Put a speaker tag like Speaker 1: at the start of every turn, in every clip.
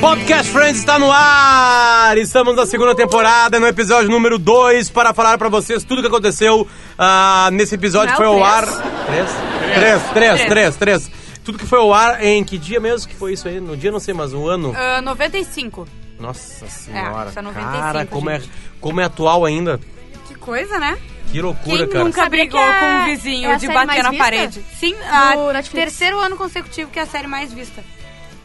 Speaker 1: Podcast Friends está no ar! Estamos na segunda temporada, no episódio número 2, para falar para vocês tudo o que aconteceu ah, nesse episódio
Speaker 2: Não,
Speaker 1: que foi ao
Speaker 2: três.
Speaker 1: ar. Três? Três, três, três, três. Tudo que foi ao ar em que dia mesmo que foi isso aí? No dia, não sei, mas um ano.
Speaker 2: Ah, 95.
Speaker 1: Nossa senhora.
Speaker 2: isso é 95,
Speaker 1: cara, como é,
Speaker 2: gente.
Speaker 1: como é atual ainda.
Speaker 2: Que coisa, né?
Speaker 1: Que loucura,
Speaker 2: Quem
Speaker 1: cara.
Speaker 2: nunca
Speaker 3: Sabia
Speaker 2: brigou
Speaker 3: que é-
Speaker 2: com um
Speaker 3: é
Speaker 2: vizinho
Speaker 3: a
Speaker 2: de
Speaker 3: série
Speaker 2: bater
Speaker 3: mais
Speaker 2: na
Speaker 3: vista?
Speaker 2: parede? Sim, a
Speaker 3: Netflix.
Speaker 2: terceiro ano consecutivo que é a série mais vista.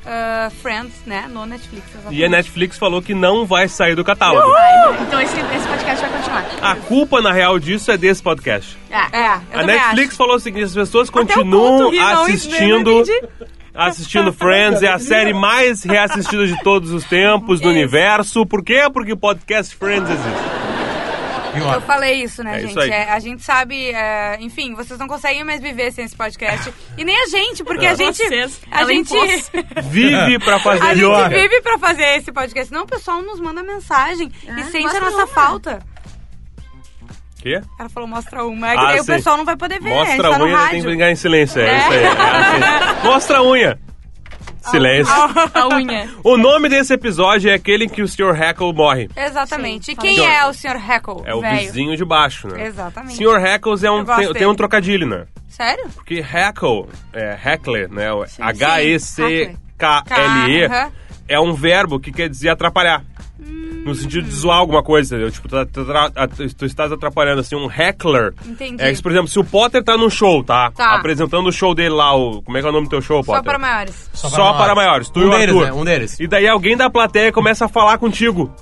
Speaker 2: Ah, Friends, né? No Netflix. exatamente.
Speaker 4: E é a Netflix falou que não vai sair do catálogo.
Speaker 3: Vai, Então esse, esse podcast vai continuar.
Speaker 4: A culpa, na real, disso é desse podcast.
Speaker 3: Ah,
Speaker 2: É, eu
Speaker 4: a
Speaker 2: também
Speaker 4: Netflix falou o seguinte: as pessoas
Speaker 2: Até eu
Speaker 4: continuam
Speaker 2: conto e não- não
Speaker 4: assistindo.
Speaker 2: entendi.
Speaker 4: Assistindo Friends, é a série mais reassistida de todos os tempos do universo. Por quê? Porque o podcast Friends existe.
Speaker 2: acho. Eu falei isso, né,
Speaker 4: É isso
Speaker 2: gente?
Speaker 4: aí.
Speaker 2: É, a gente sabe, é, enfim, vocês não conseguem mais viver sem esse podcast. E nem a gente,
Speaker 4: É.
Speaker 2: porque a gente.
Speaker 3: Vocês.
Speaker 2: a
Speaker 3: Ela
Speaker 2: gente.
Speaker 3: impôs.
Speaker 4: Vive pra fazer
Speaker 2: A
Speaker 4: isso.
Speaker 2: gente vive pra fazer esse podcast. Não, o pessoal nos manda mensagem e
Speaker 3: Ah,
Speaker 2: sente a
Speaker 3: mostra
Speaker 2: nossa
Speaker 3: uma.
Speaker 2: falta.
Speaker 4: Quê?
Speaker 2: Ela falou, mostra uma. É que
Speaker 4: Ah,
Speaker 2: daí o
Speaker 4: sim.
Speaker 2: pessoal não vai poder ver, a gente
Speaker 4: Mostra
Speaker 2: tá
Speaker 4: a
Speaker 2: no
Speaker 4: unha, tem que
Speaker 2: rádio.
Speaker 4: brincar em silêncio. É, isso aí. É assim. Mostra a unha. Silêncio.
Speaker 2: Ah,
Speaker 3: A unha.
Speaker 4: O nome desse episódio é aquele em que o Sr. Hackle morre.
Speaker 2: Exatamente.
Speaker 3: Sim,
Speaker 2: e quem
Speaker 4: fala.
Speaker 2: é o Sr. Heckle?
Speaker 4: É o
Speaker 2: velho?
Speaker 4: vizinho de baixo, né?
Speaker 2: Exatamente.
Speaker 4: Sr. Heckles é um,
Speaker 2: Eu gosto
Speaker 4: tem, tem
Speaker 2: dele.
Speaker 4: um trocadilho, né?
Speaker 2: Sério?
Speaker 4: Porque heckle, é, heckle, né? o
Speaker 2: Sim,
Speaker 4: H-E-C-K-L-E,
Speaker 2: heckle. Aham.
Speaker 4: é um verbo que quer dizer atrapalhar.
Speaker 2: Hum.
Speaker 4: No sentido de zoar alguma coisa, entendeu? Tipo, tá- tá- tra- a- tu, tu estás atrapalhando, assim, um heckler.
Speaker 2: Entendi.
Speaker 4: É que, por exemplo, se o Potter tá num show, tá?
Speaker 2: Tá.
Speaker 4: Apresentando o show dele lá, o, como é que é o nome do teu show,
Speaker 2: Só
Speaker 4: Potter?
Speaker 2: para maiores.
Speaker 4: Só para maiores. Tu
Speaker 1: um
Speaker 4: e o
Speaker 1: deles,
Speaker 4: Arthur.
Speaker 1: né? Um deles.
Speaker 4: E daí alguém da plateia começa a falar contigo.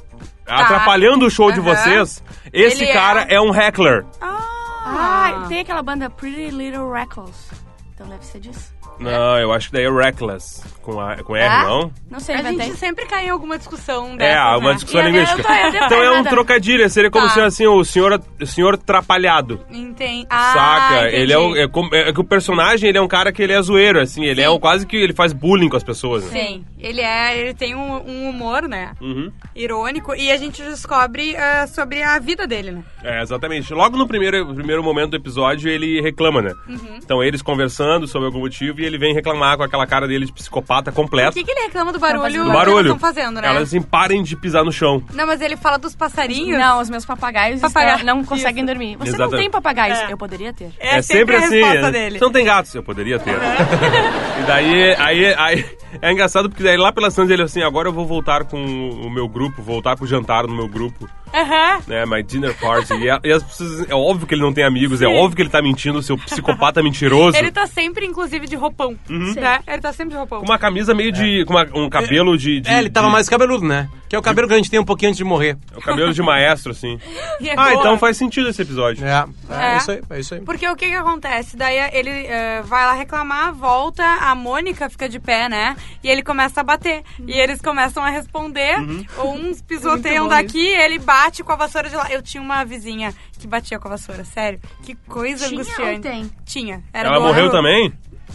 Speaker 4: Atrapalhando o show de
Speaker 2: Tá. Aham.
Speaker 4: vocês. Esse
Speaker 2: Ele é-
Speaker 4: cara é... um heckler.
Speaker 3: Ah, tem aquela banda Pretty Little Records. Então deve ser disso.
Speaker 4: Não, eu acho que daí é reckless. Com, a, com R,
Speaker 2: Ah.
Speaker 4: não?
Speaker 3: Não sei,
Speaker 2: A
Speaker 3: inventei.
Speaker 2: gente sempre cai em alguma discussão
Speaker 4: É,
Speaker 2: dessas,
Speaker 4: uma
Speaker 2: né?
Speaker 4: discussão
Speaker 3: E eu- eu
Speaker 4: linguística.
Speaker 3: tô- eu tô
Speaker 4: então é um
Speaker 3: errada.
Speaker 4: trocadilho, seria como
Speaker 2: Tá.
Speaker 4: se assim, o senhor, o senhor trapalhado.
Speaker 2: Entendi. Ah,
Speaker 4: Saca?
Speaker 2: entendi.
Speaker 4: Ele é, o, é, como- é que o personagem, ele é um cara que ele é zoeiro, assim, ele é um, quase que ele faz bullying com as pessoas. né?
Speaker 2: Sim, ele é, ele tem um, um humor, né?
Speaker 4: Uhum.
Speaker 2: Irônico. E a gente descobre ah, sobre a vida dele, né?
Speaker 4: É, exatamente. Logo no primeiro, primeiro momento do episódio, ele reclama, né?
Speaker 2: Uhum.
Speaker 4: Então eles conversando sobre algum motivo e ele vem reclamar com aquela cara dele de psicopata
Speaker 2: Por
Speaker 4: completo.
Speaker 2: que, que ele reclama do barulho,
Speaker 3: fazendo
Speaker 4: É. do
Speaker 2: que
Speaker 4: barulho.
Speaker 2: elas estão fazendo, né?
Speaker 4: Elas assim, parem de pisar no chão.
Speaker 2: Não, mas ele fala dos passarinhos.
Speaker 3: Não, os meus papagaios
Speaker 2: Papagaio.
Speaker 3: estão- não conseguem dormir. Você não
Speaker 4: Exatamente.
Speaker 3: tem papagaios?
Speaker 2: É.
Speaker 3: Eu poderia ter.
Speaker 2: É, sempre, a resposta
Speaker 4: né?
Speaker 2: dele.
Speaker 4: Não tem gatos, eu poderia ter. e daí, aí, aí, é engraçado porque daí lá pelas tantas ele assim, agora eu vou voltar com o meu grupo, voltar pro jantar no meu grupo,
Speaker 2: Aham.
Speaker 4: né, my dinner party. e, a- e as pessoas, é óbvio que ele não tem amigos, é óbvio que ele tá mentindo, seu psicopata mentiroso.
Speaker 2: Ele tá sempre, inclusive, de roupão.
Speaker 4: Uhum.
Speaker 2: Né? Ele tá sempre de roupão.
Speaker 4: Com uma camisa meio de, com uma- um cabelo de, de-
Speaker 1: É, ele tava
Speaker 4: de-
Speaker 1: mais cabeludo, né? Que é o cabelo que a gente tem um pouquinho antes de morrer.
Speaker 4: o cabelo de maestro, assim.
Speaker 2: E é
Speaker 4: Ah,
Speaker 2: boa.
Speaker 4: então faz sentido esse episódio.
Speaker 1: É, é,
Speaker 2: É.
Speaker 1: isso aí, é isso aí.
Speaker 2: Porque o que que acontece? Daí ele eh, vai lá reclamar, volta, a Mônica fica de pé, né? E ele começa a bater. E eles começam a responder.
Speaker 4: Uhum.
Speaker 2: Ou uns pisoteiam
Speaker 3: Muito bom
Speaker 2: daqui, ele bate com a vassoura de lá. Eu tinha uma vizinha que batia com a vassoura, sério. Que coisa
Speaker 3: Tinha
Speaker 2: angustiante.
Speaker 3: ou tem?
Speaker 2: Tinha. Era
Speaker 4: Ela
Speaker 2: do
Speaker 4: morreu
Speaker 2: ano-
Speaker 4: também?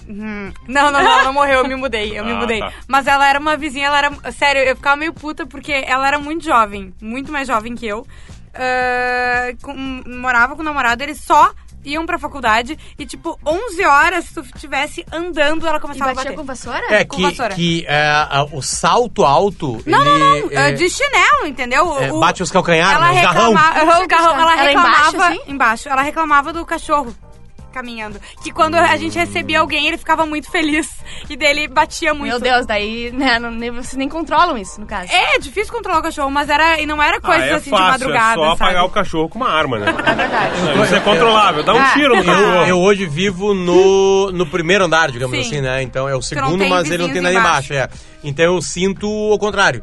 Speaker 2: Hum. Não, não, não, ela não morreu, eu me mudei, eu me
Speaker 4: Ah,
Speaker 2: mudei.
Speaker 4: tá.
Speaker 2: Mas ela era uma vizinha, ela era. Sério, eu ficava meio puta porque ela era muito jovem, muito mais jovem que eu. Ah, com- morava com o namorado, eles só iam pra faculdade e, tipo, 11 horas, se tu estivesse andando, ela
Speaker 3: E
Speaker 2: começava a
Speaker 3: batia
Speaker 2: bater.
Speaker 3: com vassoura?
Speaker 1: É
Speaker 2: com
Speaker 1: que,
Speaker 2: vassoura.
Speaker 1: que é, a- o salto alto.
Speaker 2: né? Não, não, não,
Speaker 1: ele, é,
Speaker 2: ah, de chinelo, entendeu?
Speaker 1: é,
Speaker 2: O-
Speaker 1: bate os calcanhares,
Speaker 2: ela
Speaker 1: né? os garrão.
Speaker 2: reclamava,
Speaker 3: Não sei
Speaker 2: o garrão, ela
Speaker 3: acreditar. Era
Speaker 2: reclamava
Speaker 3: embaixo, assim?
Speaker 2: embaixo, ela reclamava do cachorro caminhando, que quando a gente recebia alguém, ele ficava muito feliz e dele batia muito.
Speaker 3: Meu Deus, daí, né, não, nem, vocês nem controlam isso, no caso.
Speaker 2: É, difícil controlar o cachorro, mas era, e não era coisa
Speaker 4: ah, é
Speaker 2: assim
Speaker 4: fácil,
Speaker 2: de madrugada,
Speaker 4: é só
Speaker 2: sabe?
Speaker 4: apagar o cachorro com uma arma, né?
Speaker 3: É verdade.
Speaker 4: Não, Isso é controlável, dá um
Speaker 2: Ah.
Speaker 4: tiro no
Speaker 1: Eu,
Speaker 4: cachorro.
Speaker 1: eu hoje vivo no, no primeiro andar, digamos
Speaker 2: Sim.
Speaker 1: assim, né? Então é o
Speaker 2: não
Speaker 1: segundo,
Speaker 2: tem
Speaker 1: mas ele não tem
Speaker 2: vizinhos
Speaker 1: nada embaixo. é. Então eu sinto o contrário.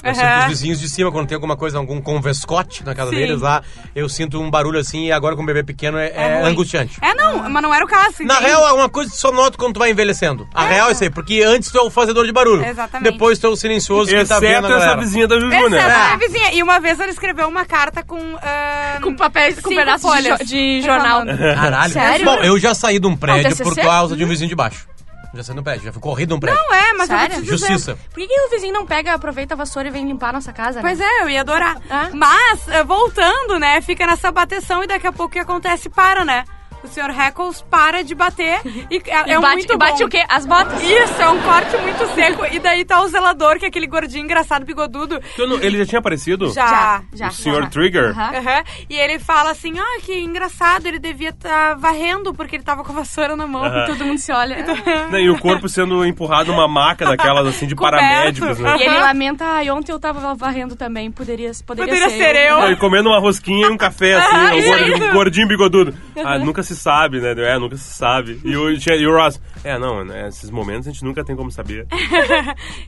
Speaker 1: Eu
Speaker 2: Aham.
Speaker 1: sinto os vizinhos de cima, quando tem alguma coisa, algum convescote na casa
Speaker 2: Sim.
Speaker 1: deles lá, eu sinto um barulho assim, e agora com o bebê pequeno é, é
Speaker 2: ruim.
Speaker 1: angustiante.
Speaker 2: É, não, mas não era o caso.
Speaker 1: Na
Speaker 2: entende?
Speaker 1: real, é uma coisa que só nota quando tu vai envelhecendo. A real é isso aí, porque antes tu é o fazedor de barulho.
Speaker 2: Exatamente.
Speaker 1: Depois tu é o silencioso que tá vendo
Speaker 4: Exceto
Speaker 1: a
Speaker 4: essa
Speaker 1: galera.
Speaker 4: vizinha da Juju,
Speaker 2: Exceto
Speaker 4: né?
Speaker 2: é a minha vizinha. E uma vez ela escreveu uma carta com. ah, ahn,
Speaker 3: Com papéis, com
Speaker 2: cinco
Speaker 3: pedaços de,
Speaker 2: folhas
Speaker 3: jo- de jornal.
Speaker 2: reclamando.
Speaker 4: É.
Speaker 1: Caralho.
Speaker 3: Sério?
Speaker 1: Bom, eu já saí de um prédio
Speaker 3: TCC?
Speaker 1: por causa de um vizinho de baixo. Já saí de um prédio, já fui corrido de um prédio.
Speaker 2: Não é, mas eu vou te
Speaker 3: Sério?
Speaker 2: dizer.
Speaker 1: Justiça.
Speaker 3: Por que, que o vizinho não pega, aproveita a vassoura e vem limpar a nossa casa? né?
Speaker 2: Pois é, eu ia adorar.
Speaker 3: Ah.
Speaker 2: Mas, eh, voltando, né, fica nessa bateção e daqui a pouco o que acontece para, né? o senhor Heckles para de bater e é,
Speaker 3: E
Speaker 2: é
Speaker 3: bate,
Speaker 2: muito
Speaker 3: e bate
Speaker 2: bom.
Speaker 3: o quê? As botas?
Speaker 2: Isso, é um corte muito seco. E daí tá o zelador, que é aquele gordinho engraçado, bigodudo.
Speaker 4: Tu não- ele já tinha aparecido?
Speaker 2: Já.
Speaker 3: já.
Speaker 4: O senhor Trigger?
Speaker 3: Ah, Aham.
Speaker 2: Aham. E ele fala assim, ah, que engraçado, ele devia estar varrendo, porque ele tava com a vassoura na mão.
Speaker 4: Aham.
Speaker 3: Todo mundo se olha.
Speaker 4: Né, E o corpo sendo empurrado numa maca daquelas assim de
Speaker 2: Coberto.
Speaker 4: paramédicos, né?
Speaker 3: E ele lamenta, ai, ontem eu tava varrendo também, poderia, poderia,
Speaker 2: Poderia ser eu.
Speaker 4: Ele comendo uma rosquinha e um café, assim, um
Speaker 2: É isso Uhum.
Speaker 4: gordinho,
Speaker 2: aí.
Speaker 4: um gordinho bigodudo. Ah, nunca se sabe, né? É, nunca se sabe. E o, e o Ross, é, não, né, esses momentos a gente nunca tem como saber.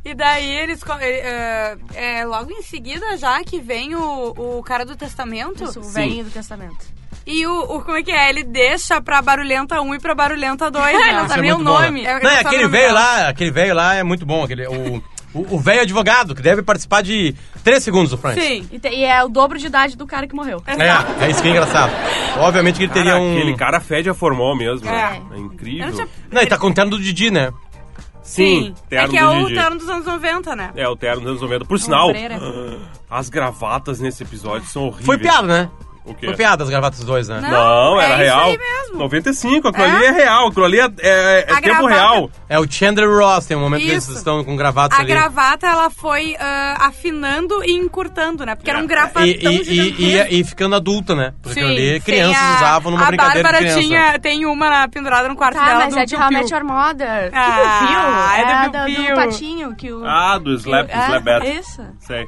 Speaker 2: E daí eles. co- eh, eh, é, logo em seguida, já que vem o, o cara do testamento.
Speaker 3: Isso, o velhinho do testamento.
Speaker 2: E o, o- Como é que é? Ele deixa pra barulhenta 1 e pra barulhenta 2. Né?
Speaker 3: não
Speaker 1: é
Speaker 3: sabia o
Speaker 1: muito bom, né?
Speaker 3: nome.
Speaker 2: Eu-
Speaker 1: Não,
Speaker 2: eu
Speaker 1: é
Speaker 2: sabe o
Speaker 1: aquele
Speaker 2: nome
Speaker 1: velho
Speaker 2: dela.
Speaker 1: lá, aquele velho lá é muito bom. Aquele, o, o, o velho advogado, que deve participar de 3 segundos do Friends.
Speaker 2: Sim.
Speaker 3: E, te- e é o dobro de idade do cara que morreu.
Speaker 1: É, é isso que é engraçado. Obviamente que ele teria
Speaker 4: Cara,
Speaker 1: um...
Speaker 4: Aquele cara fede a formol mesmo. né?
Speaker 3: É.
Speaker 4: É incrível.
Speaker 2: Eu não tinha-
Speaker 1: Não, ele tá contando do Didi, né?
Speaker 2: Sim. é
Speaker 4: terno
Speaker 2: que é
Speaker 4: do
Speaker 2: o
Speaker 4: Didi.
Speaker 2: terno dos anos 90, né?
Speaker 4: É, o terno dos anos 90. Por sinal,
Speaker 3: ombreira.
Speaker 4: as gravatas nesse episódio são horríveis.
Speaker 1: Foi piada, né?
Speaker 4: O quê?
Speaker 1: Foi piada as gravatas dois, né?
Speaker 4: Não,
Speaker 2: Não,
Speaker 4: era
Speaker 2: é isso
Speaker 4: real.
Speaker 2: aí mesmo.
Speaker 4: 95, aquilo
Speaker 2: É?
Speaker 4: ali é real, aquilo ali é, é- é
Speaker 2: A
Speaker 4: tempo
Speaker 2: gravata-
Speaker 4: real.
Speaker 1: É o Chandler Ross, tem um momento que eles
Speaker 2: Isso.
Speaker 1: estão com gravatas
Speaker 2: A
Speaker 1: ali.
Speaker 2: gravata, ela foi ah, afinando e encurtando, né? Porque era
Speaker 4: É.
Speaker 2: um
Speaker 1: E,
Speaker 2: gravatão
Speaker 1: e- e-
Speaker 2: gigantesco.
Speaker 1: e- e ficando adulta, né? Porque
Speaker 2: Sim,
Speaker 1: ali
Speaker 2: sim,
Speaker 1: crianças
Speaker 2: a-
Speaker 1: usavam numa
Speaker 2: a
Speaker 1: brincadeira
Speaker 2: Bárbara
Speaker 1: de criança.
Speaker 2: tinha, tem uma na- pendurada no quarto
Speaker 3: Tá,
Speaker 2: dela um
Speaker 3: mas
Speaker 2: do
Speaker 3: é de
Speaker 2: Piu
Speaker 3: How I
Speaker 2: Piu.
Speaker 3: Met Your Mother.
Speaker 2: Ah,
Speaker 3: que do Bill.
Speaker 2: é do
Speaker 3: a
Speaker 2: Bill
Speaker 3: da-
Speaker 2: Bill.
Speaker 3: patinho que o...
Speaker 4: Ah, do Slap, do
Speaker 3: é,
Speaker 4: Slap Bat.
Speaker 3: Isso.
Speaker 4: Sei.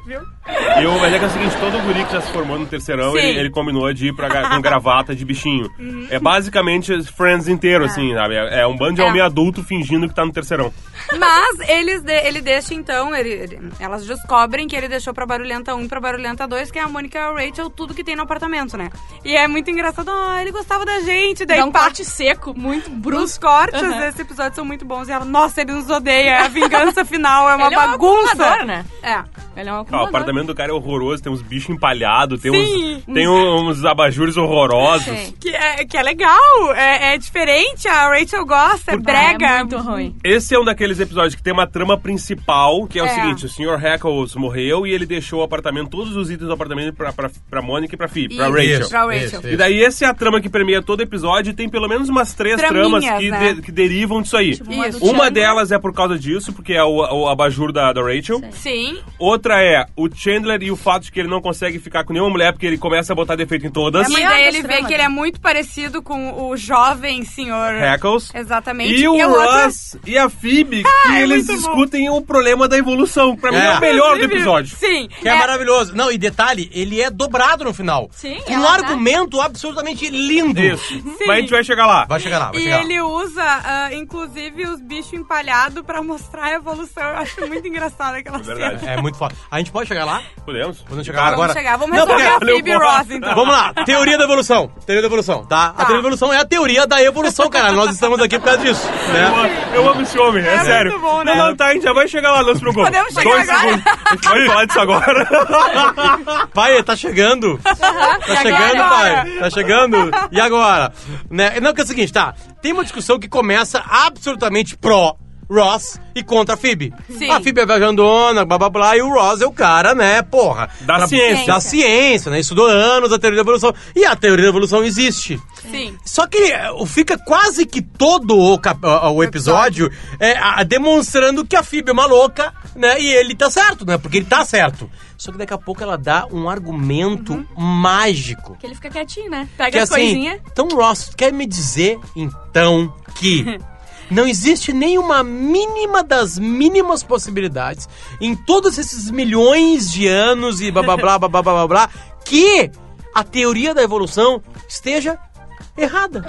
Speaker 4: E o, mas é que é o seguinte, todo guri que já se formou no terceirão,
Speaker 2: Sim. Uhum.
Speaker 4: ele, ele combinou de ir pra, ga- com gravata de bichinho. É basicamente Friends inteiro, assim, sabe? É, é um bando de
Speaker 2: É.
Speaker 4: homem adulto fingindo que tá no terceirão.
Speaker 2: Mas eles de- ele deixa, então, ele- ele- elas descobrem que ele deixou pra Barulhenta 1 e pra Barulhenta 2, que é a Mônica e a Rachel, tudo que tem no apartamento, né? E é muito engraçado, ah, ele gostava da gente, daí
Speaker 3: Dá um
Speaker 2: parte
Speaker 3: corte seco, muito
Speaker 2: os
Speaker 3: brusco.
Speaker 2: cortes
Speaker 3: Uhum.
Speaker 2: desse episódio são muito bons. E ela, nossa, ele nos odeia, a vingança final é uma
Speaker 3: Ele é um
Speaker 2: bagunça.
Speaker 3: acumulador, né?
Speaker 2: É.
Speaker 3: Ele é um
Speaker 4: Ah, o
Speaker 3: acumulador.
Speaker 4: apartamento do cara é horroroso, tem uns bichos empalhados, tem,
Speaker 2: Sim.
Speaker 4: uns, tem um, uns abajures horrorosos.
Speaker 3: Sim.
Speaker 2: Que é, que é legal, é, é diferente, a Rachel gosta, é brega.
Speaker 3: Ah, é muito ruim.
Speaker 4: Esse é um daqueles episódios que tem uma trama principal, que é, o
Speaker 2: É.
Speaker 4: seguinte, o Sr. Heckles morreu e ele deixou o apartamento, todos os itens do apartamento pra, pra, pra Mônica e pra Phoebe, pra
Speaker 2: Isso.
Speaker 4: Rachel.
Speaker 1: Isso,
Speaker 2: Pra Rachel.
Speaker 1: isso,
Speaker 4: E daí essa é a trama que permeia todo episódio e tem pelo menos umas três
Speaker 2: Traminhas,
Speaker 4: tramas que,
Speaker 2: né? Tipo,
Speaker 4: de- que derivam disso aí.
Speaker 3: Tipo, uma
Speaker 2: Isso.
Speaker 3: do
Speaker 4: Uma
Speaker 3: Chandler.
Speaker 4: delas é por causa disso, porque é o, o abajur da, da Rachel.
Speaker 2: Sim.
Speaker 4: Outra é o Chandler e o fato de que ele não consegue ficar com nenhuma mulher porque ele começa a botar defeito em todas.
Speaker 3: É
Speaker 2: E
Speaker 3: maior
Speaker 2: daí
Speaker 3: das
Speaker 2: ele vê
Speaker 3: tramas,
Speaker 2: que ele é
Speaker 3: né?
Speaker 2: muito parecido com o jovem senhor.
Speaker 4: Heckles.
Speaker 2: Exatamente. é um
Speaker 4: E o
Speaker 2: a outra-
Speaker 4: Russ e a Phoebe, que
Speaker 2: é
Speaker 4: eles
Speaker 2: muito bom.
Speaker 4: discutem o problema da evolução. Pra mim é,
Speaker 1: É.
Speaker 4: o melhor do
Speaker 2: Inclusive,
Speaker 4: episódio.
Speaker 2: Sim.
Speaker 1: Que é, maravilhoso. Não, e detalhe, ele é dobrado no final.
Speaker 3: Sim,
Speaker 2: é
Speaker 1: Um
Speaker 3: ela tá-
Speaker 1: argumento absolutamente lindo.
Speaker 4: Isso. Mas a gente vai chegar lá.
Speaker 1: Vai chegar lá, vai
Speaker 2: E
Speaker 1: chegar lá.
Speaker 2: ele usa, ah, inclusive, os bichos empalhados pra mostrar a evolução. Eu acho muito engraçado aquela
Speaker 4: verdade.
Speaker 2: cena.
Speaker 1: É muito foda. A gente pode chegar lá?
Speaker 4: Podemos? Então
Speaker 1: Podemos chegar lá
Speaker 2: Vamos
Speaker 1: agora?
Speaker 2: chegar, vamos
Speaker 1: Não,
Speaker 2: resolver a
Speaker 1: porque-
Speaker 2: Phoebe Ross, então.
Speaker 1: Vamos lá, teoria da evolução. Teoria da evolução, tá? A
Speaker 2: Tá.
Speaker 1: teoria da evolução é a teoria da evolução, cara. Nós estamos aqui por causa disso,
Speaker 4: Eu
Speaker 1: né?
Speaker 4: amo- Eu amo esse homem, é,
Speaker 2: muito
Speaker 4: sério.
Speaker 2: bom, né?
Speaker 4: Não, não, tá, a gente já vai chegar lá, não se preocupe.
Speaker 2: Podemos chegar
Speaker 4: Dois
Speaker 2: agora?
Speaker 4: segundos. A gente pode falar disso agora.
Speaker 1: Pai, tá chegando. Tá chegando, pai. Tá chegando. E agora? Né? Não, que é o seguinte, tá? Tem uma discussão que começa absolutamente pró. Ross e contra a Phoebe.
Speaker 2: Sim.
Speaker 1: A Phoebe é vagandona, blá blá blá, e o Ross é o cara, né, porra.
Speaker 4: Da ciência.
Speaker 1: Da ciência, né? Estudou anos a teoria da evolução. E a teoria da evolução existe.
Speaker 2: Sim.
Speaker 1: Só que eh, fica quase que todo o, cap- ah, ah, o episódio eh, ah, demonstrando que a Phoebe é uma louca, né? E ele tá certo, né? Porque ele tá certo. Só que daqui a pouco ela dá um argumento mágico.
Speaker 3: Que ele fica quietinho, né? Pega
Speaker 1: Que é
Speaker 3: as
Speaker 1: assim,
Speaker 3: coisinhas.
Speaker 1: então Ross, tu quer me dizer, então, que não existe nenhuma mínima das mínimas possibilidades em todos esses milhões de anos e blá blá blá blá blá blá blá, blá que a teoria da evolução esteja errada.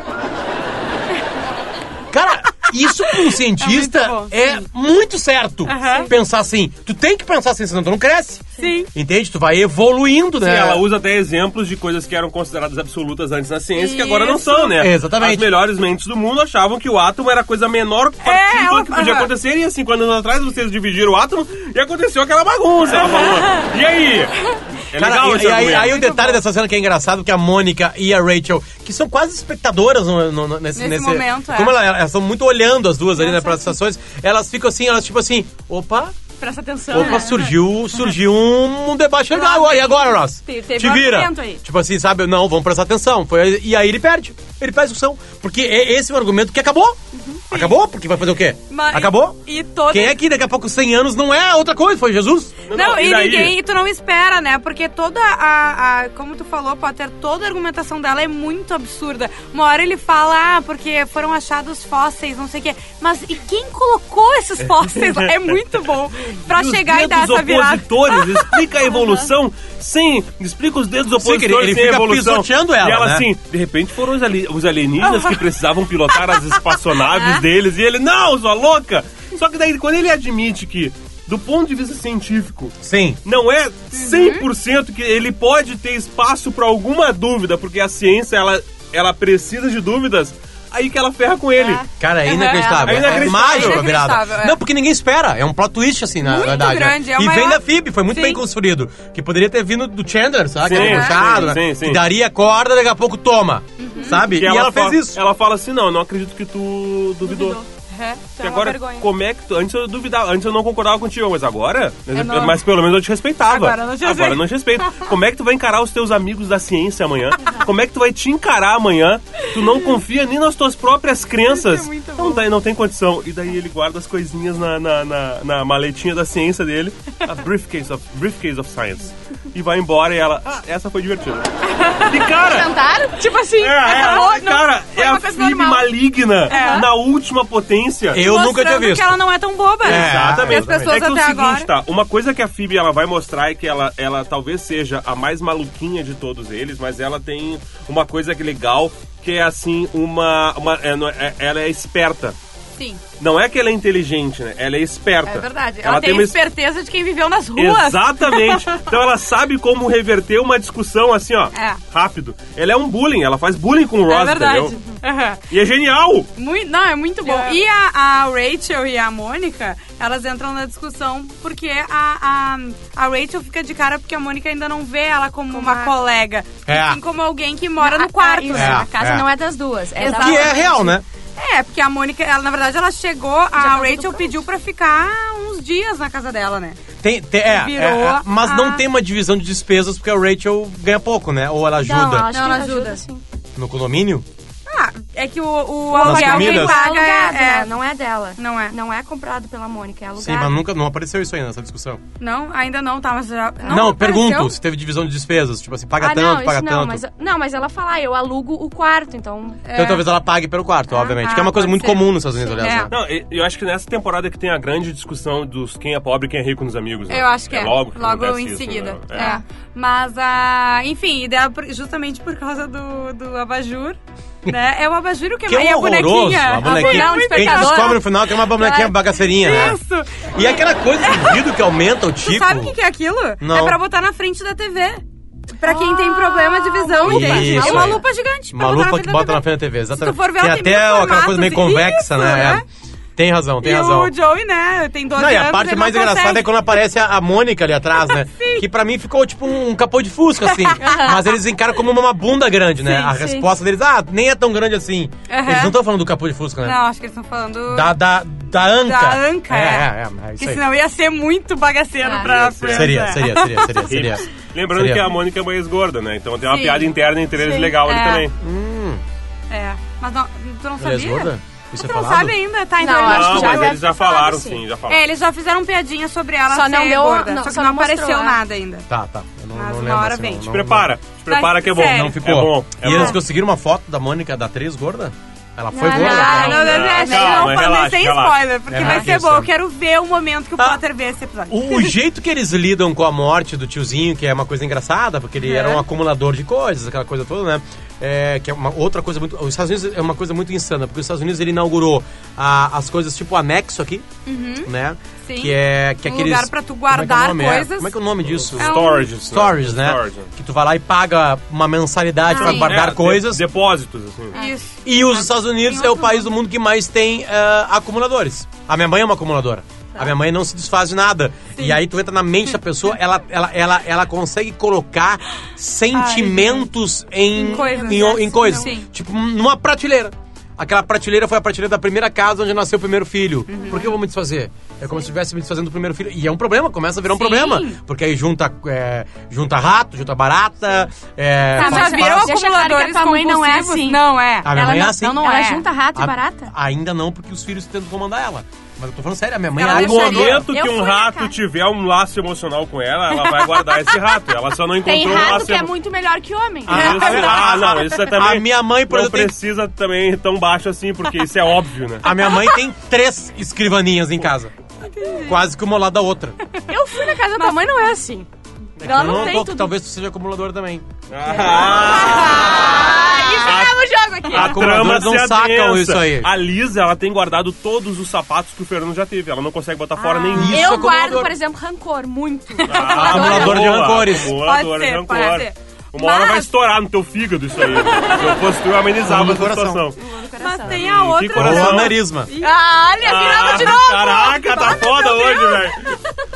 Speaker 1: Cara, isso pra um cientista é
Speaker 2: bom,
Speaker 1: muito, certo. Pensar assim, tu tem que pensar assim, senão tu não cresce.
Speaker 2: Sim.
Speaker 1: Entende? Tu vai evoluindo, né?
Speaker 4: Sim, ela usa até exemplos de coisas que eram consideradas absolutas antes na ciência, que agora não
Speaker 2: Isso.
Speaker 4: são, né?
Speaker 1: Exatamente.
Speaker 4: As melhores mentes do mundo achavam que o átomo era a coisa menor partícula
Speaker 2: ela-
Speaker 4: que
Speaker 2: É,
Speaker 4: podia
Speaker 2: aham.
Speaker 4: acontecer, e assim, quando anos atrás vocês dividiram o átomo, e aconteceu aquela bagunça, ela falou. E aí? É
Speaker 1: Cara,
Speaker 4: legal
Speaker 1: e-
Speaker 4: esse
Speaker 1: e aí,
Speaker 4: argumento.
Speaker 1: aí o detalhe dessa cena que é engraçado, que a Mônica e a Rachel, que são quase espectadoras no- no- no- nesse,
Speaker 2: Nesse momento, é.
Speaker 1: Como ela- elas estão muito olhando as duas ali, né, para as situações, elas ficam assim, elas tipo assim, opa,
Speaker 3: Presta
Speaker 2: Tá,
Speaker 3: atenção.
Speaker 1: opa,
Speaker 3: né?
Speaker 1: surgiu, surgiu um, um debate legal, e agora, Ross?
Speaker 3: Te- teve
Speaker 1: te
Speaker 3: um
Speaker 1: vira.
Speaker 3: argumento aí.
Speaker 1: Tipo assim, sabe, não, vamos prestar atenção. Foi, e aí ele perde. ele faz discussão. Porque é- esse é o argumento que acabou. Acabou? Porque vai fazer o quê?
Speaker 2: Uhum. Mas-
Speaker 1: acabou?
Speaker 2: E toda...
Speaker 1: Quem é que daqui a pouco 100 anos não é outra coisa? Foi Jesus?
Speaker 2: Não,
Speaker 4: Não,
Speaker 2: e,
Speaker 4: e daí?
Speaker 2: ninguém, e tu não espera, né? Porque toda a, a- Como tu falou, Potter, toda a argumentação dela é muito absurda. Uma hora ele fala, ah, porque foram achados fósseis, não sei o quê. Mas e quem colocou esses fósseis? lá? É muito bom. Pra
Speaker 4: E os
Speaker 2: chegar e dar
Speaker 4: dedos
Speaker 2: essa virada.
Speaker 4: opositores, explica a evolução sem... Explica os dedos
Speaker 1: que ele-
Speaker 4: opositores
Speaker 1: ele
Speaker 4: sem
Speaker 1: fica
Speaker 4: a evolução.
Speaker 1: pisoteando ela,
Speaker 4: E ela
Speaker 1: né?
Speaker 4: assim, de repente foram os, ali- os alienígenas que precisavam pilotar as
Speaker 2: É.
Speaker 4: espaçonaves deles. E ele, não, sua louca! Só que daí, quando ele admite que, do ponto de vista científico,
Speaker 1: Sim.
Speaker 4: não é
Speaker 2: Uhum.
Speaker 4: 100% que ele pode ter espaço pra alguma dúvida, porque a ciência, ela, ela precisa de dúvidas, aí que ela ferra com ele.
Speaker 1: Cara, é inacreditável.
Speaker 4: É inacreditável.
Speaker 1: mágico a virada.
Speaker 2: Inacreditável, é.
Speaker 1: Não, porque ninguém espera. É um plot twist, assim, na
Speaker 2: Muito
Speaker 1: verdade. né?
Speaker 2: grande, é o
Speaker 1: e vem
Speaker 2: maior-
Speaker 1: da FIB, foi muito
Speaker 2: Sim.
Speaker 1: bem construído. Que poderia ter vindo do Chandler, sabe?
Speaker 4: Sim,
Speaker 1: que é puxado,
Speaker 4: sim,
Speaker 1: né?
Speaker 4: sim, sim.
Speaker 1: Que daria corda, daqui a pouco toma.
Speaker 2: Uhum.
Speaker 1: Sabe?
Speaker 4: Que
Speaker 1: e ela,
Speaker 4: fala,
Speaker 1: fez isso.
Speaker 4: Ela fala assim, não, eu não acredito que tu duvidou.
Speaker 2: É,
Speaker 4: Que
Speaker 2: é uma
Speaker 4: agora,
Speaker 2: vergonha.
Speaker 4: como é que tu... Antes eu duvidava, antes eu não concordava contigo, mas agora... mas-
Speaker 2: não.
Speaker 4: Mas pelo menos eu te respeitava.
Speaker 2: É Agora eu não te
Speaker 4: Agora eu não te respeito. Como é que tu vai encarar os teus amigos da ciência amanhã? Como é que tu vai te encarar amanhã? Tu não confia nem nas tuas próprias crenças.
Speaker 2: Isso é muito
Speaker 4: não, daí não tem condição. E daí ele guarda as coisinhas na, na, na- na maletinha da ciência dele. A briefcase of, briefcase of science. E vai embora e ela... Ah, essa foi divertida. E cara...
Speaker 3: Cantaram?
Speaker 2: Tipo assim,
Speaker 4: É, é,
Speaker 2: acabou, não-
Speaker 4: cara,
Speaker 2: foi
Speaker 4: é
Speaker 2: uma
Speaker 4: a
Speaker 2: coisa
Speaker 4: FIB
Speaker 2: normal. É.
Speaker 4: maligna na última potência.
Speaker 1: Eu nunca tinha
Speaker 2: Mostrando
Speaker 1: visto.
Speaker 2: que ela não é tão boba.
Speaker 1: É,
Speaker 2: E as
Speaker 4: Exatamente.
Speaker 2: pessoas
Speaker 4: é que é o
Speaker 2: até
Speaker 4: seguinte,
Speaker 2: agora...
Speaker 4: tá? Uma coisa que a Phoebe ela vai mostrar é que ela, ela talvez seja a mais maluquinha de todos eles, mas ela tem uma coisa que legal que é assim uma, uma é, não, é- ela é esperta.
Speaker 2: Sim,
Speaker 4: Não é que ela é inteligente, né? Ela é esperta.
Speaker 2: é verdade. Ela, tem,
Speaker 4: uma es-
Speaker 2: esperteza de quem viveu nas ruas.
Speaker 4: Exatamente. Então ela sabe como reverter uma discussão assim, ó,
Speaker 2: É.
Speaker 4: rápido. Ela é um bullying, ela faz bullying com o Ross,
Speaker 2: É verdade.
Speaker 4: entendeu?
Speaker 2: Aham.
Speaker 4: E é genial.
Speaker 2: Muito, não, é muito bom. E a, a Rachel e a Mônica, elas entram na discussão porque a, a, a Rachel fica de cara porque a Mônica ainda não vê ela como, uma
Speaker 3: a-
Speaker 2: colega.
Speaker 1: É.
Speaker 2: E sim como alguém que mora no
Speaker 3: Ah,
Speaker 2: quarto,
Speaker 3: isso,
Speaker 2: né?
Speaker 3: a casa
Speaker 1: é.
Speaker 3: não é das duas. É da
Speaker 1: Que
Speaker 3: outra.
Speaker 1: é real, né?
Speaker 2: É, porque a Mônica, ela, na verdade, ela chegou, a
Speaker 3: tá tudo
Speaker 2: Rachel
Speaker 3: pronto.
Speaker 2: pediu pra ficar uns dias na casa dela, né?
Speaker 1: Tem, tem- é, é,
Speaker 2: Virou
Speaker 1: é, mas
Speaker 2: a-
Speaker 1: não tem uma divisão de despesas porque a Rachel ganha pouco, né? Ou ela ajuda
Speaker 3: Não, acho
Speaker 2: Não,
Speaker 3: que
Speaker 2: ela
Speaker 3: Então, ajuda. assim.
Speaker 2: ajuda.
Speaker 3: sim.
Speaker 1: no condomínio.
Speaker 2: Ah, é que o, o
Speaker 1: Nas
Speaker 2: aluguel quem
Speaker 1: comidas?
Speaker 2: paga
Speaker 3: Alugado,
Speaker 2: é...
Speaker 3: né? Não é dela.
Speaker 2: Não é.
Speaker 3: Não é comprado pela Mônica, é alugado.
Speaker 1: Sim, mas nunca não apareceu isso aí nessa discussão.
Speaker 2: Não, ainda não, tá, mas já...
Speaker 1: Não,
Speaker 2: apareceu?
Speaker 1: pergunto se teve divisão de despesas. Tipo assim, paga
Speaker 3: ah,
Speaker 1: tanto,
Speaker 3: não, isso
Speaker 1: paga
Speaker 3: não,
Speaker 1: tanto.
Speaker 3: mas não, mas ela fala, ah, eu alugo o quarto, então
Speaker 1: Então talvez ela pague pelo quarto, obviamente. que é uma
Speaker 2: É. ah,
Speaker 1: coisa
Speaker 2: pode
Speaker 1: muito
Speaker 2: ser.
Speaker 1: comum nos Estados Unidos, aliás.
Speaker 2: É.
Speaker 1: né?
Speaker 4: Não, e- eu acho que nessa temporada que tem a grande discussão dos quem é pobre e quem é rico nos amigos. né?
Speaker 1: Então,
Speaker 2: Eu acho que é.
Speaker 4: logo, que acontece
Speaker 2: em
Speaker 4: isso,
Speaker 2: seguida.
Speaker 4: né?
Speaker 2: É. Mas, a enfim, e daí, é por- justamente por causa do, do abajur, né? É o abajur o que,
Speaker 1: Que
Speaker 2: mais- e a
Speaker 1: horroroso.
Speaker 2: bonequinha.
Speaker 1: A bonequinha.
Speaker 2: não, um
Speaker 1: a gente
Speaker 2: despertador.
Speaker 1: descobre no final que é uma bonequinha
Speaker 2: Ela-
Speaker 1: bagaceirinha, né?
Speaker 2: Isso.
Speaker 1: E aquela coisa do vidro que aumenta o
Speaker 2: Tu
Speaker 1: tico.
Speaker 2: sabe o que, que é aquilo?
Speaker 1: Não.
Speaker 2: É pra botar na frente da TV. Pra quem
Speaker 3: Ah,
Speaker 2: tem problema de visão,
Speaker 1: lupa.
Speaker 2: entende?
Speaker 1: Isso
Speaker 2: É uma
Speaker 1: aí.
Speaker 2: lupa gigante. pra
Speaker 1: Uma
Speaker 2: botar na
Speaker 1: lupa
Speaker 2: frente
Speaker 1: que
Speaker 2: da
Speaker 1: bota
Speaker 2: TV.
Speaker 1: na frente da TV, exatamente.
Speaker 2: tu for ver,
Speaker 1: tem
Speaker 2: ela tem
Speaker 1: até
Speaker 2: mil
Speaker 1: aquela coisa meio
Speaker 2: formatos.
Speaker 1: convexa,
Speaker 2: Isso,
Speaker 1: né? É.
Speaker 2: né?
Speaker 1: Tem razão, tem
Speaker 2: e
Speaker 1: razão.
Speaker 2: o Joey, né? Tem 12
Speaker 1: Não, e
Speaker 2: anos.
Speaker 1: a parte
Speaker 2: ele
Speaker 1: mais
Speaker 2: não
Speaker 1: engraçada
Speaker 2: consegue.
Speaker 1: é quando aparece a, a Mônica ali atrás, né? que pra mim ficou tipo um capô de fusca, assim. Mas eles encaram como uma bunda grande, né?
Speaker 3: Sim,
Speaker 1: a
Speaker 3: sim.
Speaker 1: resposta deles, ah, nem é tão grande assim.
Speaker 2: Aham.
Speaker 1: Eles não estão falando do capô de fusca, né?
Speaker 2: Não, acho que eles estão falando.
Speaker 1: Da, da, da anca.
Speaker 2: Da anca,
Speaker 1: é.
Speaker 2: é.
Speaker 1: É, é, é, isso
Speaker 2: Porque
Speaker 1: aí.
Speaker 2: senão ia ser muito bagaceiro
Speaker 3: Ah,
Speaker 2: pra. pra-
Speaker 1: Seria, seria, seria, seria, seria.
Speaker 4: Ricos. Lembrando
Speaker 1: Seria.
Speaker 4: que a Mônica é uma ex-gorda, né? Então tem uma
Speaker 2: Sim.
Speaker 4: piada interna entre eles
Speaker 2: Sim.
Speaker 4: legal ali
Speaker 2: É.
Speaker 4: também.
Speaker 2: É. Mas não, tu não
Speaker 1: Ela é
Speaker 2: sabia?
Speaker 1: gorda? Isso
Speaker 2: Tu
Speaker 1: é
Speaker 2: não
Speaker 1: falado?
Speaker 2: sabe ainda, tá? Então
Speaker 3: Não,
Speaker 2: eles-
Speaker 3: acho que
Speaker 4: Não,
Speaker 3: já
Speaker 4: mas
Speaker 3: deve
Speaker 4: eles já
Speaker 3: ter falado,
Speaker 4: falaram
Speaker 3: sim.
Speaker 4: sim, já
Speaker 2: É,
Speaker 4: falaram.
Speaker 2: eles já fizeram piadinha sobre ela
Speaker 3: Só
Speaker 2: ser
Speaker 3: não deu-
Speaker 2: gorda,
Speaker 3: não,
Speaker 2: só que
Speaker 3: só
Speaker 2: não
Speaker 3: não mostrou,
Speaker 2: apareceu
Speaker 3: é.
Speaker 2: nada ainda.
Speaker 1: Tá, tá. Eu não,
Speaker 2: Mas
Speaker 1: não
Speaker 2: uma
Speaker 1: lembro.
Speaker 2: hora
Speaker 1: assim,
Speaker 2: vem.
Speaker 1: não-
Speaker 2: Te
Speaker 1: não-
Speaker 4: Prepara, te prepara que é bom.
Speaker 2: sério.
Speaker 1: Não, ficou.
Speaker 4: É bom. É
Speaker 1: e
Speaker 4: bom.
Speaker 1: eles conseguiram uma foto da Mônica, da atriz gorda? Ela foi
Speaker 3: Não,
Speaker 1: gorda.
Speaker 2: Ah,
Speaker 3: Ai,
Speaker 2: não, não, não,
Speaker 4: não,
Speaker 2: não,
Speaker 4: calma,
Speaker 2: não,
Speaker 4: relaxa,
Speaker 2: mas sem
Speaker 4: relaxa.
Speaker 2: spoiler, porque
Speaker 1: É,
Speaker 2: vai
Speaker 1: relaxa.
Speaker 2: ser bom. Eu quero ver o momento que o Potter vê esse episódio.
Speaker 1: O, o jeito que eles lidam com a morte do tiozinho, que é uma coisa engraçada, porque ele
Speaker 2: É.
Speaker 1: era um acumulador de coisas, aquela coisa toda, né? É, que é uma outra coisa muito. Os Estados Unidos é uma coisa muito insana, porque os Estados Unidos ele inaugurou a- as coisas tipo anexo aqui, né?
Speaker 2: Uhum. Sim.
Speaker 1: Que é que
Speaker 2: Um
Speaker 1: aqueles,
Speaker 2: lugar pra tu
Speaker 1: como é que é o
Speaker 2: guardar
Speaker 1: nome? É,
Speaker 2: coisas.
Speaker 1: Como é que é o nome disso?
Speaker 2: É um-
Speaker 4: Storage.
Speaker 1: Stories, né?
Speaker 4: Storage.
Speaker 1: Que tu vai lá e paga uma mensalidade pra
Speaker 2: Sim.
Speaker 1: guardar
Speaker 4: É, de-
Speaker 1: coisas.
Speaker 4: Depósitos, assim.
Speaker 2: Isso.
Speaker 1: E os Estados Unidos
Speaker 2: Tem
Speaker 1: é o
Speaker 2: outro
Speaker 1: país do mundo que mais tem ah, acumuladores. A minha mãe é uma acumuladora.
Speaker 2: Tá.
Speaker 1: A minha mãe não se desfaz de nada. E aí tu entra na mente da pessoa, ela, ela, ela, ela consegue colocar sentimentos em,
Speaker 2: Em coisas,
Speaker 1: em, o- em
Speaker 2: né?
Speaker 1: coisas.
Speaker 2: Sim.
Speaker 1: Tipo, numa prateleira. Aquela prateleira foi a prateleira da primeira casa onde nasceu o primeiro filho.
Speaker 2: Uhum.
Speaker 1: Por que eu vou me desfazer? É como se estivesse me desfazendo do primeiro filho. E é um problema, começa a virar um
Speaker 2: Sim.
Speaker 1: problema. Porque aí junta, é, junta rato, junta barata. É,
Speaker 2: Tá,
Speaker 1: faz
Speaker 2: já
Speaker 3: mas
Speaker 2: virou
Speaker 1: parte-
Speaker 3: deixa claro que a
Speaker 2: acumuladores
Speaker 3: tua mãe não é
Speaker 2: compulsivos?
Speaker 3: assim.
Speaker 2: Não é.
Speaker 1: A minha
Speaker 3: ela
Speaker 1: mãe é
Speaker 3: não,
Speaker 1: assim?
Speaker 3: ela não
Speaker 2: Ela
Speaker 3: é.
Speaker 2: junta
Speaker 3: junta rato
Speaker 1: A-
Speaker 3: e barata?
Speaker 1: Ainda não, porque os filhos tentam comandar ela. Mas eu tô falando sério, a minha mãe
Speaker 2: Ela
Speaker 1: é
Speaker 4: No
Speaker 2: deixaria.
Speaker 1: acumuladora.
Speaker 4: momento
Speaker 3: Eu
Speaker 4: que
Speaker 3: fui
Speaker 4: um
Speaker 3: na
Speaker 4: rato
Speaker 3: casa.
Speaker 4: tiver um laço emocional com ela, ela vai guardar esse rato. Ela só não encontrou
Speaker 3: Tem
Speaker 4: um
Speaker 3: rato
Speaker 4: laço
Speaker 3: que é
Speaker 4: emo-
Speaker 3: muito melhor que homem.
Speaker 4: Ah, isso- ah, não, isso é também.
Speaker 1: é A minha mãe, por
Speaker 4: não
Speaker 1: exemplo, tem-
Speaker 4: precisa também tão baixo assim, porque isso é óbvio, né?
Speaker 1: A minha mãe tem três escrivaninhas em casa. Quase que uma ao lado da outra.
Speaker 3: Eu fui na casa da tua mãe, não é assim.
Speaker 1: Eu
Speaker 3: Ela não, tem
Speaker 1: tô-
Speaker 3: tudo.
Speaker 1: Talvez tu seja acumuladora também.
Speaker 4: Ah,
Speaker 3: Acaba o jogo aqui.
Speaker 4: A trama
Speaker 1: Acumuladores
Speaker 4: se
Speaker 1: não sacam
Speaker 4: adensa.
Speaker 1: isso aí.
Speaker 4: A Lisa, ela tem guardado todos os sapatos que o Fernando já teve. Ela não consegue botar
Speaker 2: Ah,
Speaker 4: fora nenhum.
Speaker 1: Isso é
Speaker 3: eu guardo,
Speaker 1: acumulador.
Speaker 3: por exemplo, rancor, muito.
Speaker 1: Tá.
Speaker 4: Ah,
Speaker 1: Acumulador de
Speaker 4: boa,
Speaker 1: rancores.
Speaker 4: Acumulador
Speaker 2: Pode
Speaker 4: de
Speaker 2: ser,
Speaker 4: rancor.
Speaker 2: pode ser.
Speaker 4: Uma hora
Speaker 2: Mas-
Speaker 4: vai estourar no teu fígado isso aí. Se eu fosse tu, eu amenizava
Speaker 1: Boa no
Speaker 4: essa
Speaker 1: coração.
Speaker 4: situação.
Speaker 2: Mas tem a
Speaker 4: que
Speaker 2: outra.
Speaker 4: coração.
Speaker 1: Ou
Speaker 4: Coração.
Speaker 1: aneurisma.
Speaker 3: Ah, olha, viramos de
Speaker 4: Ah,
Speaker 3: novo.
Speaker 4: Caraca, tá foda hoje, velho.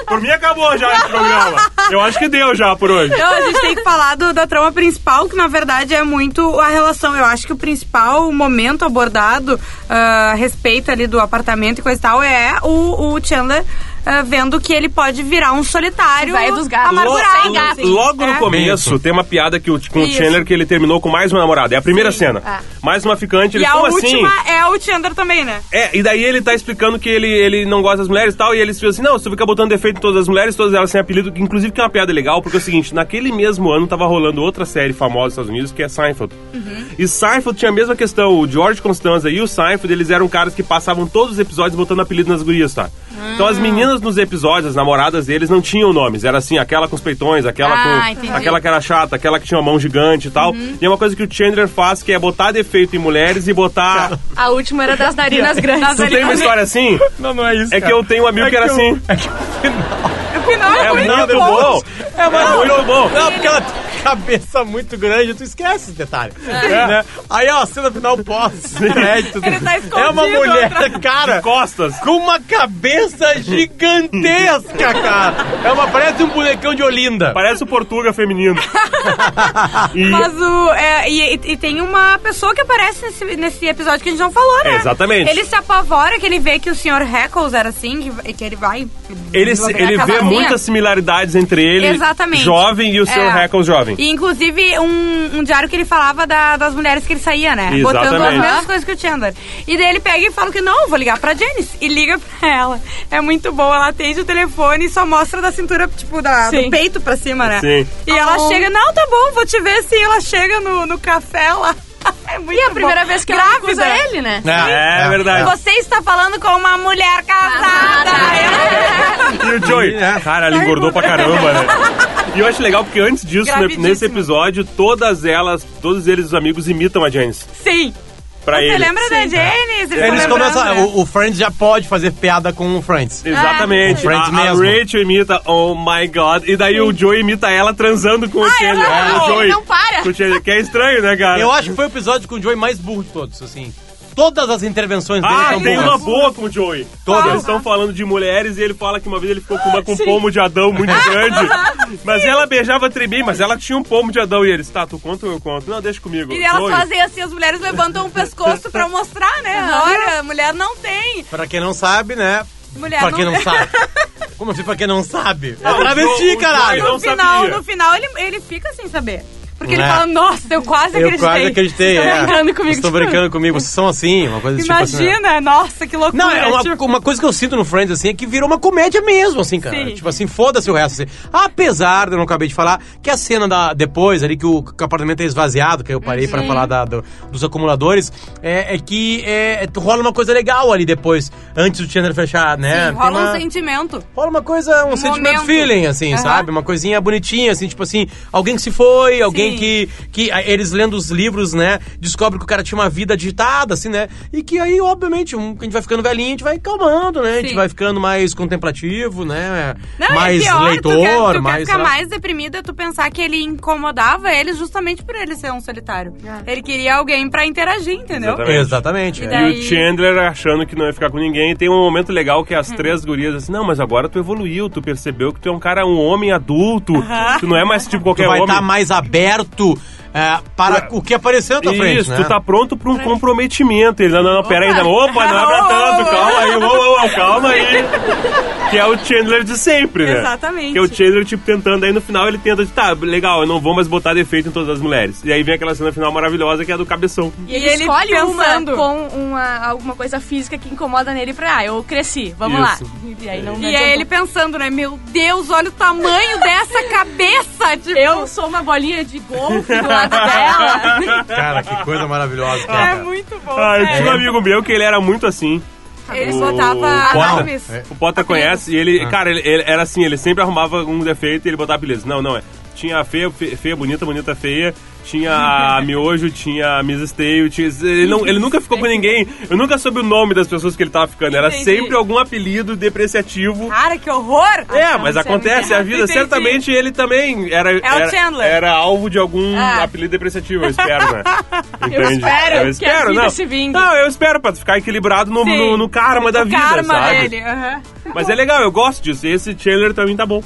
Speaker 4: Por mim acabou já esse programa. Eu acho que deu já por hoje.
Speaker 2: Não, Então, a gente tem que falar do- da trama principal, que na verdade é muito a relação. Eu acho que o principal momento abordado ah, a respeito ali do apartamento e coisa e tal é o, o Chandler ah, vendo que ele pode virar um solitário
Speaker 3: Velho dos gatos.
Speaker 2: amargurado.
Speaker 3: Sem gato.
Speaker 2: assim.
Speaker 4: Logo no
Speaker 2: É.
Speaker 4: começo, tem uma piada que o, com o
Speaker 2: Isso.
Speaker 4: Chandler que ele terminou com mais uma namorada. É a primeira cena.
Speaker 3: ah.
Speaker 4: Mais uma ficante.
Speaker 2: E
Speaker 4: Ele,
Speaker 2: a
Speaker 4: como assim?
Speaker 2: última é o Chandler também, né?
Speaker 4: É, e daí ele tá explicando que ele, ele não gosta das mulheres e tal, e eles ficam assim, não, você fica botando defeito em todas as mulheres, todas elas sem apelido, que inclusive que é uma piada legal, porque é o seguinte, naquele mesmo ano tava rolando outra série famosa nos Estados Unidos, que é Seinfeld.
Speaker 2: Uhum.
Speaker 4: E Seinfeld tinha a mesma questão, o George Constanza e o Seinfeld, eles eram caras que passavam todos os episódios botando apelido nas gurias, tá? Então
Speaker 2: Ah.
Speaker 4: as meninas nos episódios, as namoradas deles, não tinham nomes, era assim, aquela com os peitões, aquela
Speaker 2: Ah,
Speaker 4: com...
Speaker 2: entendi. Uhum.
Speaker 4: Aquela que era chata, aquela que tinha uma mão gigante e tal. E é uma coisa que o Chandler faz, que é botar defeito em mulheres e botar...
Speaker 2: Tá.
Speaker 3: A última era das narinas grandes.
Speaker 4: Tu tem uma história assim?
Speaker 1: Não, não é isso.
Speaker 4: É que eu tenho um amigo que era assim.
Speaker 2: O final é,
Speaker 4: É
Speaker 2: muito
Speaker 4: muito
Speaker 2: bom.
Speaker 4: bom.
Speaker 1: É, mas
Speaker 4: É muito bom.
Speaker 1: Não, porque ela tem cabeça muito grande, tu esquece esse detalhe.
Speaker 3: É.
Speaker 1: Né? Aí, ó, cena final pós-crédito.
Speaker 2: Ele tá
Speaker 1: é uma
Speaker 2: escondido
Speaker 1: mulher,
Speaker 2: atrás.
Speaker 1: cara,
Speaker 4: Costas.
Speaker 1: com uma cabeça gigantesca, cara. É uma, parece um bonecão de Olinda.
Speaker 4: Parece o Portuga feminino. E-
Speaker 2: Mas o. é, e, e- e tem uma pessoa que aparece nesse, nesse episódio que a gente não falou, né?
Speaker 4: Exatamente.
Speaker 2: Ele se apavora que ele vê que o Sr. Heckles era assim, que, que ele vai.
Speaker 4: ele, se-
Speaker 2: bloquear
Speaker 4: ele
Speaker 2: a
Speaker 4: vê
Speaker 2: casinha.
Speaker 4: muitas similaridades entre ele,
Speaker 2: Exatamente.
Speaker 4: jovem, e o seu
Speaker 2: É.
Speaker 4: Heckles jovem.
Speaker 2: E inclusive um, um diário que ele falava da- das mulheres que ele saía, né?
Speaker 4: Exatamente.
Speaker 2: Botando as
Speaker 4: Aham.
Speaker 2: mesmas coisas que o Chandler. E daí ele pega e fala que não, eu vou ligar pra Janice. E liga pra ela. É muito bom, ela atende o telefone e só mostra da cintura, tipo, da, do
Speaker 3: Sim.
Speaker 2: peito pra cima, né?
Speaker 4: Sim.
Speaker 2: E ela
Speaker 3: Ah, bom.
Speaker 2: chega, não, tá bom, vou te ver sim. Ela chega no, no café lá. É muito
Speaker 3: E a primeira
Speaker 2: bom.
Speaker 3: vez que ela
Speaker 2: Grávida.
Speaker 3: recusa ele, né?
Speaker 4: É, verdade.
Speaker 2: Você está falando com uma mulher casada.
Speaker 4: E o Joey?
Speaker 1: É.
Speaker 2: Tá
Speaker 4: Cara, ele engordou pra caramba, né? E eu acho legal porque antes disso, ne-
Speaker 2: Gravidíssimo.
Speaker 4: nesse episódio, todas elas, todos eles, os amigos, imitam a Janice.
Speaker 2: Sim.
Speaker 4: Pra
Speaker 2: Você
Speaker 4: ele.
Speaker 2: lembra da Janice?
Speaker 1: Eles
Speaker 2: estão lembrando,
Speaker 1: começam.
Speaker 2: né?
Speaker 1: O, o Friends já pode fazer piada com o Friends.
Speaker 2: Ah.
Speaker 1: É.
Speaker 4: Exatamente. a,
Speaker 1: Friends
Speaker 4: a
Speaker 1: mesmo.
Speaker 4: Rachel imita Oh My God. E daí o Joey imita ela transando
Speaker 2: Ah, é
Speaker 4: com o
Speaker 3: ela
Speaker 4: Chandler. o
Speaker 3: não,
Speaker 4: Joey.
Speaker 3: ele não para.
Speaker 4: Com o Chandler, que é estranho, né, cara?
Speaker 1: Eu acho que foi o episódio com o Joey mais burro de todos, assim. Todas as intervenções dele né?
Speaker 4: Ah,
Speaker 1: são
Speaker 4: tem uma
Speaker 1: burras.
Speaker 4: boa com o Joey.
Speaker 1: Todas.
Speaker 4: Eles estão falando de mulheres e ele fala que uma vez ele ficou com uma com um pomo de Adão muito grande. mas ela beijava tremim, mas ela tinha um pomo de Adão. E eles, tá, tu conta ou eu conto? Não, deixa comigo.
Speaker 2: E elas
Speaker 4: Joey.
Speaker 2: fazem assim, as mulheres levantam o pescoço pra mostrar, né? Olha, mulher não tem.
Speaker 1: Pra quem não sabe, né?
Speaker 2: Mulher
Speaker 1: pra quem
Speaker 2: não-
Speaker 1: não sabe. Como assim pra quem não sabe? É
Speaker 4: Ah, o Joe-
Speaker 1: travesti,
Speaker 4: o
Speaker 1: caralho!
Speaker 4: Joey
Speaker 2: No
Speaker 4: não
Speaker 2: final,
Speaker 4: sabia.
Speaker 2: no final ele, ele fica sem saber. Porque ele
Speaker 1: Né?
Speaker 2: fala, nossa, eu quase
Speaker 1: Eu
Speaker 2: acreditei.
Speaker 1: quase acreditei.
Speaker 2: Estão
Speaker 1: é.
Speaker 2: brincando comigo.
Speaker 1: Vocês estão
Speaker 2: tipo,
Speaker 1: brincando comigo, vocês são assim, uma coisa desse tipo assim. né?
Speaker 2: Imagina, nossa, que loucura.
Speaker 1: Não, é uma,
Speaker 2: tipo,
Speaker 1: uma coisa que eu sinto no Friends, assim, é que virou uma comédia mesmo, assim, cara.
Speaker 2: Sim.
Speaker 1: Tipo assim, foda-se o resto. Assim. Apesar, eu não acabei de falar, que a cena da depois, ali, que o, que o apartamento é esvaziado, que eu parei
Speaker 2: Uhum.
Speaker 1: pra falar da- do- dos acumuladores, é, é que é, é, rola uma coisa legal ali depois, antes do Chandler fechar, né? Tem
Speaker 2: rola
Speaker 1: uma-
Speaker 2: um sentimento.
Speaker 1: rola uma coisa, um, sentimento
Speaker 2: momento.
Speaker 1: feeling, assim,
Speaker 2: Aham.
Speaker 1: sabe? Uma coisinha bonitinha, assim, tipo assim, alguém que se foi, alguém
Speaker 2: Sim.
Speaker 1: que, que. a- Eles lendo os livros, né? Descobre que o cara tinha uma vida digitada, assim, né? E que aí, obviamente, um, a gente vai ficando velhinho, a gente vai calmando, né? A gente
Speaker 2: Sim.
Speaker 1: vai ficando mais contemplativo, né?
Speaker 2: Não,
Speaker 1: mais
Speaker 2: é pior,
Speaker 1: leitor,
Speaker 2: tu quer, tu
Speaker 1: mais.
Speaker 2: quer ficar mais deprimida tu pensar que ele incomodava ele justamente por ele ser um solitário.
Speaker 3: É.
Speaker 2: Ele queria alguém pra interagir, entendeu?
Speaker 1: Exatamente.
Speaker 4: Exatamente.
Speaker 2: E
Speaker 1: é.
Speaker 2: daí-
Speaker 4: E o Chandler achando que não ia ficar com ninguém. E tem um momento legal que as três gurias assim, não, mas agora tu evoluiu, tu percebeu que tu é um cara, um homem adulto. Tu não é mais tipo
Speaker 1: Tu
Speaker 4: qualquer
Speaker 1: vai tá
Speaker 4: homem.
Speaker 1: estar mais aberto é, para o que apareceu na tua frente,
Speaker 4: Isso,
Speaker 1: né?
Speaker 4: tu tá pronto pra um comprometimento. Ele, não, não, não, pera aí, não. Opa, não é pra tanto, calma aí, uou, uou, uou, calma aí. Que é o Chandler de sempre, né?
Speaker 2: Exatamente.
Speaker 4: Que é o Chandler, tipo, tentando, aí no final ele tenta, de, tá, legal, eu não vou mais botar defeito em todas as mulheres. E aí vem aquela cena final maravilhosa que é a do cabeção.
Speaker 3: E ele, escolhe uma com uma, alguma coisa física que incomoda nele pra, ah, eu cresci, vamos
Speaker 4: Isso. É.
Speaker 3: lá. E aí não
Speaker 2: E aí ele pensando, né? Meu Deus, olha o tamanho dessa cabeça! Tipo,
Speaker 3: Eu sou uma bolinha de golfe do lado dela.
Speaker 1: Cara, que coisa maravilhosa,
Speaker 2: é
Speaker 1: cara.
Speaker 2: muito bom.
Speaker 4: Ah, eu
Speaker 2: sério.
Speaker 4: tinha um amigo meu que ele era muito assim.
Speaker 2: Eles
Speaker 4: O-
Speaker 2: botavam
Speaker 4: Qual?
Speaker 2: alarmes.
Speaker 1: É.
Speaker 4: O Potter conhece e ele,
Speaker 2: Ah.
Speaker 4: cara, ele, ele era assim, ele sempre arrumava um defeito e ele botava apelidos. Não, não, é. Tinha a feia, fe- feia, bonita, bonita, feia. Tinha a miojo, tinha a Mrs. Tail. Tinha, ele, não, ele nunca ficou com ninguém. Eu nunca soube o nome das pessoas que ele tava ficando. Era
Speaker 2: Entendi.
Speaker 4: sempre algum apelido depreciativo.
Speaker 2: Cara, que horror!
Speaker 4: É, mas
Speaker 2: isso é
Speaker 4: acontece,
Speaker 2: muito-
Speaker 4: a vida.
Speaker 2: Entendi. É
Speaker 4: Certamente ele também era, era,
Speaker 2: Chandler.
Speaker 4: era alvo de algum
Speaker 2: Ah.
Speaker 4: apelido depreciativo, eu espero, né? Entende?
Speaker 3: espero que a vida
Speaker 4: não.
Speaker 3: se vingue.
Speaker 4: Não, eu espero pra ficar equilibrado no,
Speaker 2: Sim.
Speaker 4: no, no karma da
Speaker 2: O
Speaker 4: vida,
Speaker 2: karma
Speaker 4: sabe?
Speaker 2: dele. aham.
Speaker 4: Mas é legal, eu gosto disso. E esse trailer também tá bom.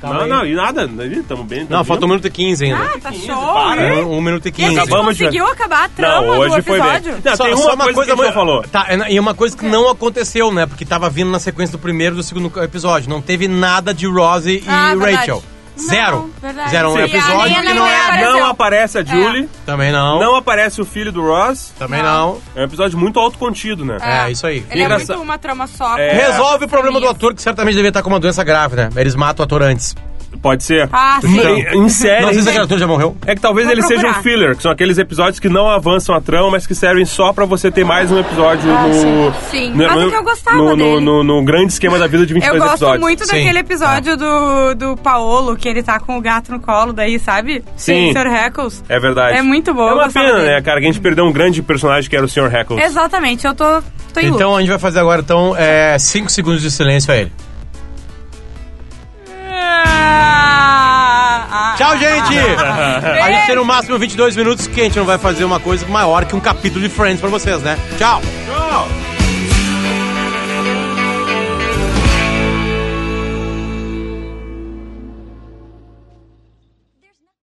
Speaker 1: Calma
Speaker 4: não,
Speaker 1: aí.
Speaker 4: não, e nada, né? tamo bem. tamo
Speaker 1: Não,
Speaker 4: bem.
Speaker 1: falta 1 minuto e 15 ainda.
Speaker 2: Tá
Speaker 4: Isso,
Speaker 2: show!
Speaker 4: para. né?
Speaker 2: hein?
Speaker 1: Um- um minuto e
Speaker 2: E a
Speaker 1: 15.
Speaker 2: gente
Speaker 4: Acabamos,
Speaker 2: conseguiu acabar a
Speaker 4: Não,
Speaker 2: trama
Speaker 4: hoje
Speaker 2: do
Speaker 4: foi bem.
Speaker 2: episódio?
Speaker 4: Não, tem uma, coisa, que a gente não falou.
Speaker 1: Tá, é na- e uma coisa que não aconteceu, né? Porque tava vindo na sequência do primeiro e do segundo episódio. Não teve nada de Rosie e
Speaker 2: Ah, verdade.
Speaker 1: Rachel. Zero.
Speaker 3: verdade.
Speaker 1: Zero um
Speaker 4: Sim.
Speaker 2: E a
Speaker 1: episódio
Speaker 2: Lena
Speaker 1: que não
Speaker 2: nem
Speaker 1: é.
Speaker 2: apareceu.
Speaker 4: Não aparece a Julie,
Speaker 1: Também não.
Speaker 4: não aparece o filho do Ross.
Speaker 1: Também não.
Speaker 4: É um episódio muito autocontido, né?
Speaker 1: É, isso aí.
Speaker 2: Ele é
Speaker 4: Engraçado.
Speaker 2: muito uma trama só.
Speaker 4: É.
Speaker 1: Resolve o problema do ator, que certamente devia estar com uma doença grave, né? Eles matam o ator antes.
Speaker 4: Pode ser.
Speaker 2: Ah, sim.
Speaker 1: Então,
Speaker 4: Em- em série.
Speaker 1: Não sei se
Speaker 4: em-
Speaker 1: aquele ator já morreu.
Speaker 4: É que talvez
Speaker 2: Vou
Speaker 4: ele seja um
Speaker 2: procurar.
Speaker 4: filler, que são aqueles episódios que não avançam a trama, mas que servem só pra você ter mais um episódio no.
Speaker 2: Ah, Sim. Mas é que eu gostava
Speaker 4: no, no,
Speaker 2: dele.
Speaker 4: no, no grande esquema da vida de
Speaker 2: Eu
Speaker 4: 22
Speaker 2: gosto
Speaker 4: episódios.
Speaker 2: muito
Speaker 1: Sim. É.
Speaker 2: daquele episódio do, do Paolo, que ele tá com o gato no colo daí, sabe?
Speaker 4: Sim.
Speaker 2: Sr. Heckles.
Speaker 4: É verdade.
Speaker 2: É muito bom,
Speaker 4: É
Speaker 2: eu
Speaker 4: uma
Speaker 2: gostava
Speaker 4: pena,
Speaker 2: dele.
Speaker 4: né, cara, que a gente perdeu um grande personagem que era o Sr. Heckles.
Speaker 2: Exatamente, eu tô, tô em luto.
Speaker 1: Então a gente vai fazer agora, então, 5 segundos de silêncio a ele.
Speaker 2: Ah, ah,
Speaker 1: Tchau, gente! A gente tem no máximo 22 minutos, que a gente não vai fazer uma coisa maior que um capítulo de Friends pra vocês, né? Tchau!